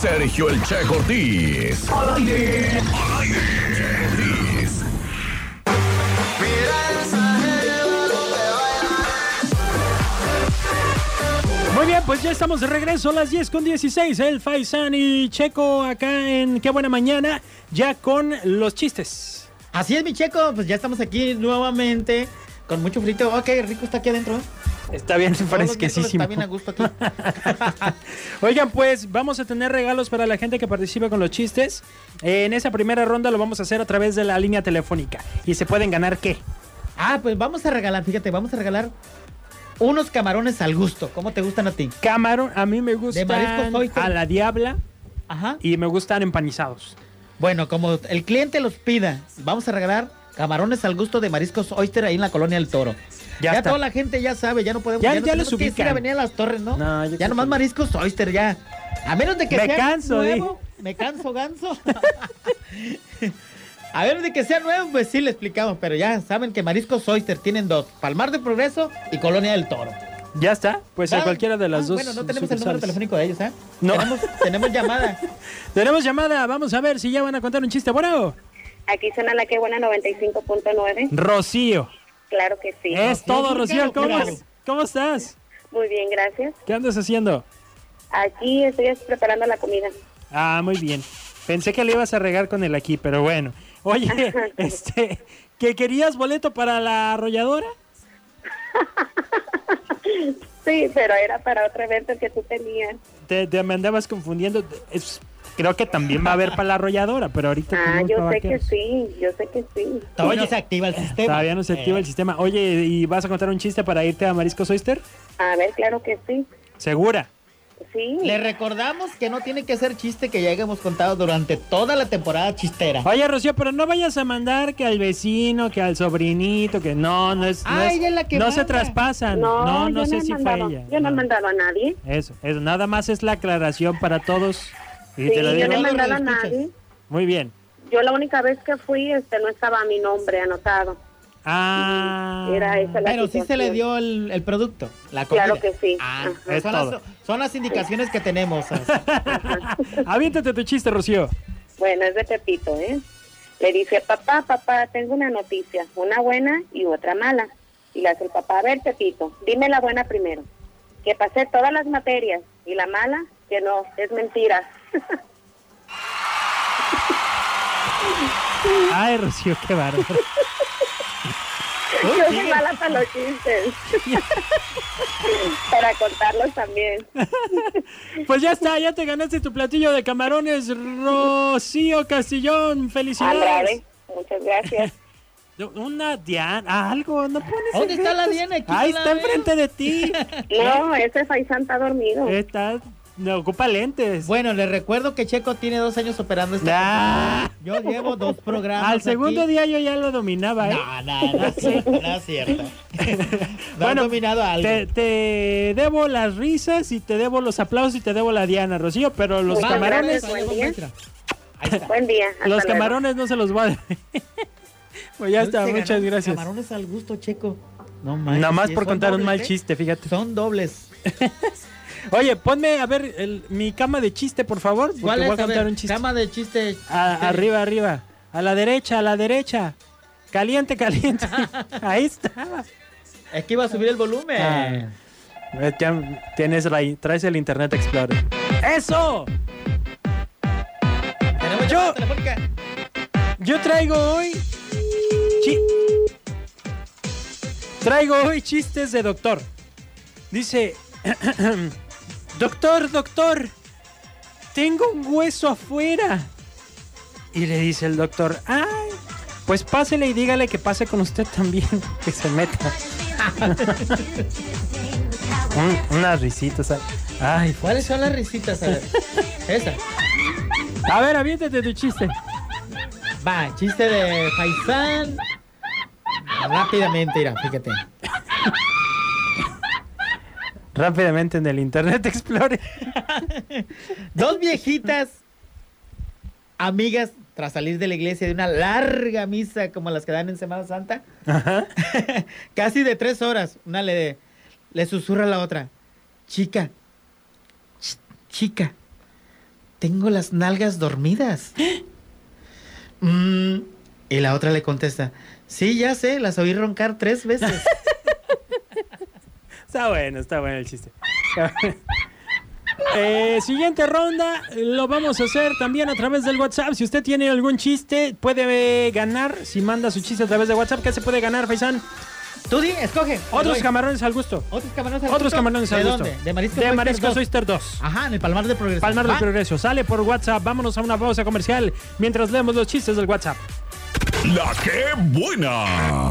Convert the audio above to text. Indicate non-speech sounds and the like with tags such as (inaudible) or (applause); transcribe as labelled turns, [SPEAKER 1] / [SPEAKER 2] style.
[SPEAKER 1] Sergio El Che Ortiz. Al aire. Al aire. Ortiz.
[SPEAKER 2] Muy bien, pues ya estamos de regreso a las 10 con 16. El Faisán y Checo acá en Qué Buena Mañana, ya con los chistes.
[SPEAKER 3] Así es, mi Checo, pues ya estamos aquí nuevamente con mucho frito. Ok, rico está aquí adentro. ¿eh?
[SPEAKER 2] Está bien,
[SPEAKER 3] Todos los
[SPEAKER 2] fresquecísimo.
[SPEAKER 3] miércoles Está bien a gusto aquí.
[SPEAKER 2] Oigan, pues vamos a tener regalos para la gente que participa con los chistes. Eh, en esa primera ronda lo vamos a hacer a través de la línea telefónica. ¿Y se pueden ganar qué?
[SPEAKER 3] Ah, pues vamos a regalar, fíjate, vamos a regalar unos camarones al gusto. ¿Cómo te gustan a ti?
[SPEAKER 2] Camarón, a mí me gustan
[SPEAKER 3] mariscos hoy, pero-
[SPEAKER 2] a la diabla
[SPEAKER 3] Ajá.
[SPEAKER 2] y me gustan empanizados.
[SPEAKER 3] Bueno, como el cliente los pida, vamos a regalar camarones al gusto de Mariscos Oyster ahí en la Colonia del Toro.
[SPEAKER 2] Ya
[SPEAKER 3] Ya,
[SPEAKER 2] está.
[SPEAKER 3] toda la gente ya sabe, ya no podemos.
[SPEAKER 2] Ya-
[SPEAKER 3] no
[SPEAKER 2] ya los
[SPEAKER 3] tenemos que ir
[SPEAKER 2] ubican.
[SPEAKER 3] a Avenida Las Torres, ¿no?
[SPEAKER 2] No, yo creo
[SPEAKER 3] ya nomás
[SPEAKER 2] que-
[SPEAKER 3] Mariscos Oyster, ya. A menos de que
[SPEAKER 2] Me
[SPEAKER 3] sea
[SPEAKER 2] canso, di.
[SPEAKER 3] nuevo, me canso, ganso. (laughs) a menos de que sea nuevo, pues sí le explicamos, pero ya saben que Mariscos Oyster tienen dos, Palmar de Progreso y Colonia del Toro.
[SPEAKER 2] Ya está, pues a
[SPEAKER 3] Ah,
[SPEAKER 2] cualquiera de las
[SPEAKER 3] ah,
[SPEAKER 2] dos.
[SPEAKER 3] Bueno, no tenemos el número
[SPEAKER 2] sucursales.
[SPEAKER 3] telefónico de ellos, ¿eh?
[SPEAKER 2] No.
[SPEAKER 3] Tenemos,
[SPEAKER 2] (laughs)
[SPEAKER 3] tenemos llamada.
[SPEAKER 2] Tenemos llamada, vamos a ver si ya van a contar un chiste bueno.
[SPEAKER 4] Aquí suena la que buena 95.9.
[SPEAKER 2] Rocío.
[SPEAKER 4] Claro que sí.
[SPEAKER 2] Es todo, Rocío.
[SPEAKER 3] Rocío,
[SPEAKER 2] ¿Cómo,
[SPEAKER 3] claro.
[SPEAKER 2] cómo estás?
[SPEAKER 4] Muy bien, gracias.
[SPEAKER 2] ¿Qué andas haciendo?
[SPEAKER 4] Aquí estoy preparando la comida.
[SPEAKER 2] Ah, muy bien. Pensé que le ibas a regar con el aquí, pero bueno.
[SPEAKER 4] (laughs)
[SPEAKER 2] Oye, este, ¿que querías boleto para la arrolladora?
[SPEAKER 4] Sí, pero era para otro evento que tú tenías.
[SPEAKER 2] Te, te- me andabas confundiendo. Es- creo que también va a haber para la arrolladora, pero ahorita.
[SPEAKER 4] Ah,
[SPEAKER 2] tenemos
[SPEAKER 4] yo
[SPEAKER 2] para
[SPEAKER 4] sé que
[SPEAKER 2] vaqueros.
[SPEAKER 4] sí, yo sé que sí.
[SPEAKER 3] Todavía
[SPEAKER 2] Oye.
[SPEAKER 3] no se activa el sistema. Eh,
[SPEAKER 2] Todavía no se activa el sistema. Oye, ¿y vas a contar un chiste para irte a Marisco Oyster?
[SPEAKER 4] A ver, claro que sí.
[SPEAKER 2] Segura.
[SPEAKER 4] Sí.
[SPEAKER 3] Le recordamos que no tiene que ser chiste que ya hayamos contado durante toda la temporada chistera.
[SPEAKER 2] Oye, Rocío, pero no vayas a mandar que al vecino, que al sobrinito, que no, no es. no
[SPEAKER 3] Ay,
[SPEAKER 2] es-
[SPEAKER 3] ella es la que
[SPEAKER 2] no se
[SPEAKER 3] manda.
[SPEAKER 2] traspasan. No,
[SPEAKER 4] No,
[SPEAKER 2] no,
[SPEAKER 4] yo
[SPEAKER 2] sé
[SPEAKER 4] he
[SPEAKER 2] si fue
[SPEAKER 4] mandado,
[SPEAKER 2] ella. Ah,
[SPEAKER 4] Yo no, he mandado a nadie.
[SPEAKER 2] Eso, eso. Nada más es la aclaración para todos. Y
[SPEAKER 4] Sí,
[SPEAKER 2] te lo
[SPEAKER 4] yo
[SPEAKER 2] digo.
[SPEAKER 4] no he
[SPEAKER 3] Todos los
[SPEAKER 4] mandado a
[SPEAKER 3] escuchas.
[SPEAKER 4] nadie.
[SPEAKER 2] Muy bien.
[SPEAKER 4] Yo la única vez que fui, este, no estaba mi nombre anotado.
[SPEAKER 2] Ah.
[SPEAKER 4] Era esa (laughs) la
[SPEAKER 3] Pero sí se
[SPEAKER 4] situación.
[SPEAKER 3] le dio el, el producto, la comida.
[SPEAKER 4] Claro que sí.
[SPEAKER 3] Ah,
[SPEAKER 4] Ajá.
[SPEAKER 2] Es
[SPEAKER 3] son,
[SPEAKER 2] todo.
[SPEAKER 3] las, son las indicaciones que tenemos.
[SPEAKER 2] Aviéntate tu chiste, Rocío.
[SPEAKER 4] Bueno, es de Pepito, ¿eh? Le dice, papá, papá, tengo una noticia, una buena y otra mala. Y le hace el papá, a ver, Pepito, dime la buena primero. Que pasé todas las materias y la mala, que no, es mentira.
[SPEAKER 2] Ay, Rocío, qué bárbaro.
[SPEAKER 4] (laughs) Yo soy mala para los chistes. (laughs) para contarlos también.
[SPEAKER 2] Pues ya está, ya te ganaste tu platillo de camarones, Rocío Castillón. Felicidades.
[SPEAKER 4] Andrade, muchas gracias.
[SPEAKER 2] Una Diana, algo, no pones.
[SPEAKER 3] ¿Dónde está la
[SPEAKER 2] efectos.
[SPEAKER 3] Diana? Aquí
[SPEAKER 2] Ahí
[SPEAKER 3] no la
[SPEAKER 2] está
[SPEAKER 3] veo.
[SPEAKER 2] enfrente de ti.
[SPEAKER 4] No, ese Faisán está dormido.
[SPEAKER 2] Está, no ocupa lentes.
[SPEAKER 3] Bueno, les recuerdo que Checo tiene dos años operando esta.
[SPEAKER 2] Ah,
[SPEAKER 3] Yo llevo dos programas.
[SPEAKER 2] al segundo
[SPEAKER 3] aquí.
[SPEAKER 2] día yo ya lo dominaba, ¿eh?
[SPEAKER 3] No, no, no es cierto. No es cierto. No han dominado algo.
[SPEAKER 2] Te, te debo las risas y te debo los aplausos y te debo la Diana, Rocío, pero los
[SPEAKER 4] Muchas
[SPEAKER 2] camarones,
[SPEAKER 4] gracias, buen día.
[SPEAKER 3] Ahí está.
[SPEAKER 4] Buen día. hasta
[SPEAKER 2] los
[SPEAKER 4] luego.
[SPEAKER 2] camarones no se los voy a dar. (laughs) Pues ya está,
[SPEAKER 3] Se ganó
[SPEAKER 2] muchas gracias.
[SPEAKER 3] Camarones al gusto, Checo. No manches,
[SPEAKER 2] Nada más
[SPEAKER 3] sí,
[SPEAKER 2] por
[SPEAKER 3] son
[SPEAKER 2] contar un
[SPEAKER 3] dobles,
[SPEAKER 2] mal
[SPEAKER 3] ¿eh?
[SPEAKER 2] chiste, fíjate.
[SPEAKER 3] Son dobles.
[SPEAKER 2] Oye, ponme a ver el- mi cama de chiste, por favor, porque
[SPEAKER 3] ¿Cuál
[SPEAKER 2] voy a
[SPEAKER 3] es? A
[SPEAKER 2] contar
[SPEAKER 3] ver,
[SPEAKER 2] un chiste.
[SPEAKER 3] Cama de chiste.
[SPEAKER 2] A- Arriba, arriba. A la derecha, a la derecha. Caliente,
[SPEAKER 3] (laughs)
[SPEAKER 2] caliente. Ahí está.
[SPEAKER 3] Es que iba a subir el volumen.
[SPEAKER 2] Ah. Eh, ya Tienes la, traes el Internet Explorer. ¡Eso!
[SPEAKER 3] Tenemos
[SPEAKER 2] Yo-
[SPEAKER 3] llamada telefónica.
[SPEAKER 2] Yo traigo hoy. chi- Traigo hoy chistes de doctor. Dice. (clears throat) doctor, doctor. Tengo un hueso afuera. Y le dice el doctor. ¡Ay! Pues pásele y dígale que pase con usted también. (laughs) Que se meta. (laughs) Un- unas risitas. ah. Ay.
[SPEAKER 3] ¿Cuáles son las risitas? A
[SPEAKER 2] (laughs)
[SPEAKER 3] ver. Esa.
[SPEAKER 2] A ver, aviéntate tu chiste.
[SPEAKER 3] Va, chiste de Faisán. Rápidamente, mira, fíjate.
[SPEAKER 2] Rápidamente en el Internet (laughs) Explorer.
[SPEAKER 3] Dos viejitas amigas tras salir de la iglesia de una larga misa como las que dan en Semana Santa.
[SPEAKER 2] Ajá.
[SPEAKER 3] (laughs) Casi de tres horas. Una le, le susurra a la otra. Chica. ch- chica. tengo las nalgas dormidas. Mm, y la otra le contesta, sí, ya sé, las oí roncar tres
[SPEAKER 2] (laughs)
[SPEAKER 3] veces.
[SPEAKER 2] Está bueno, está bueno el chiste. Eh, siguiente ronda, lo vamos a hacer también a través del WhatsApp. Si usted tiene algún chiste, puede eh, ganar. Si manda su chiste a través de WhatsApp, ¿qué se puede ganar, Faisán?
[SPEAKER 3] Tú di, escoge. te
[SPEAKER 2] Otros
[SPEAKER 3] doy.
[SPEAKER 2] camarones al gusto.
[SPEAKER 3] Otros camarones al
[SPEAKER 2] Otros
[SPEAKER 3] gusto.
[SPEAKER 2] camarones al
[SPEAKER 3] ¿De
[SPEAKER 2] gusto.
[SPEAKER 3] dónde? De Marisco
[SPEAKER 2] De
[SPEAKER 3] Oyster
[SPEAKER 2] Mariscos
[SPEAKER 3] dos. Ah,
[SPEAKER 2] Oyster 2.
[SPEAKER 3] Ajá, en el Palmar de Progreso.
[SPEAKER 2] Palmar del
[SPEAKER 3] Va.
[SPEAKER 2] Progreso. Sale por WhatsApp. Vámonos a una pausa comercial mientras leemos los chistes del WhatsApp.
[SPEAKER 1] La que buena.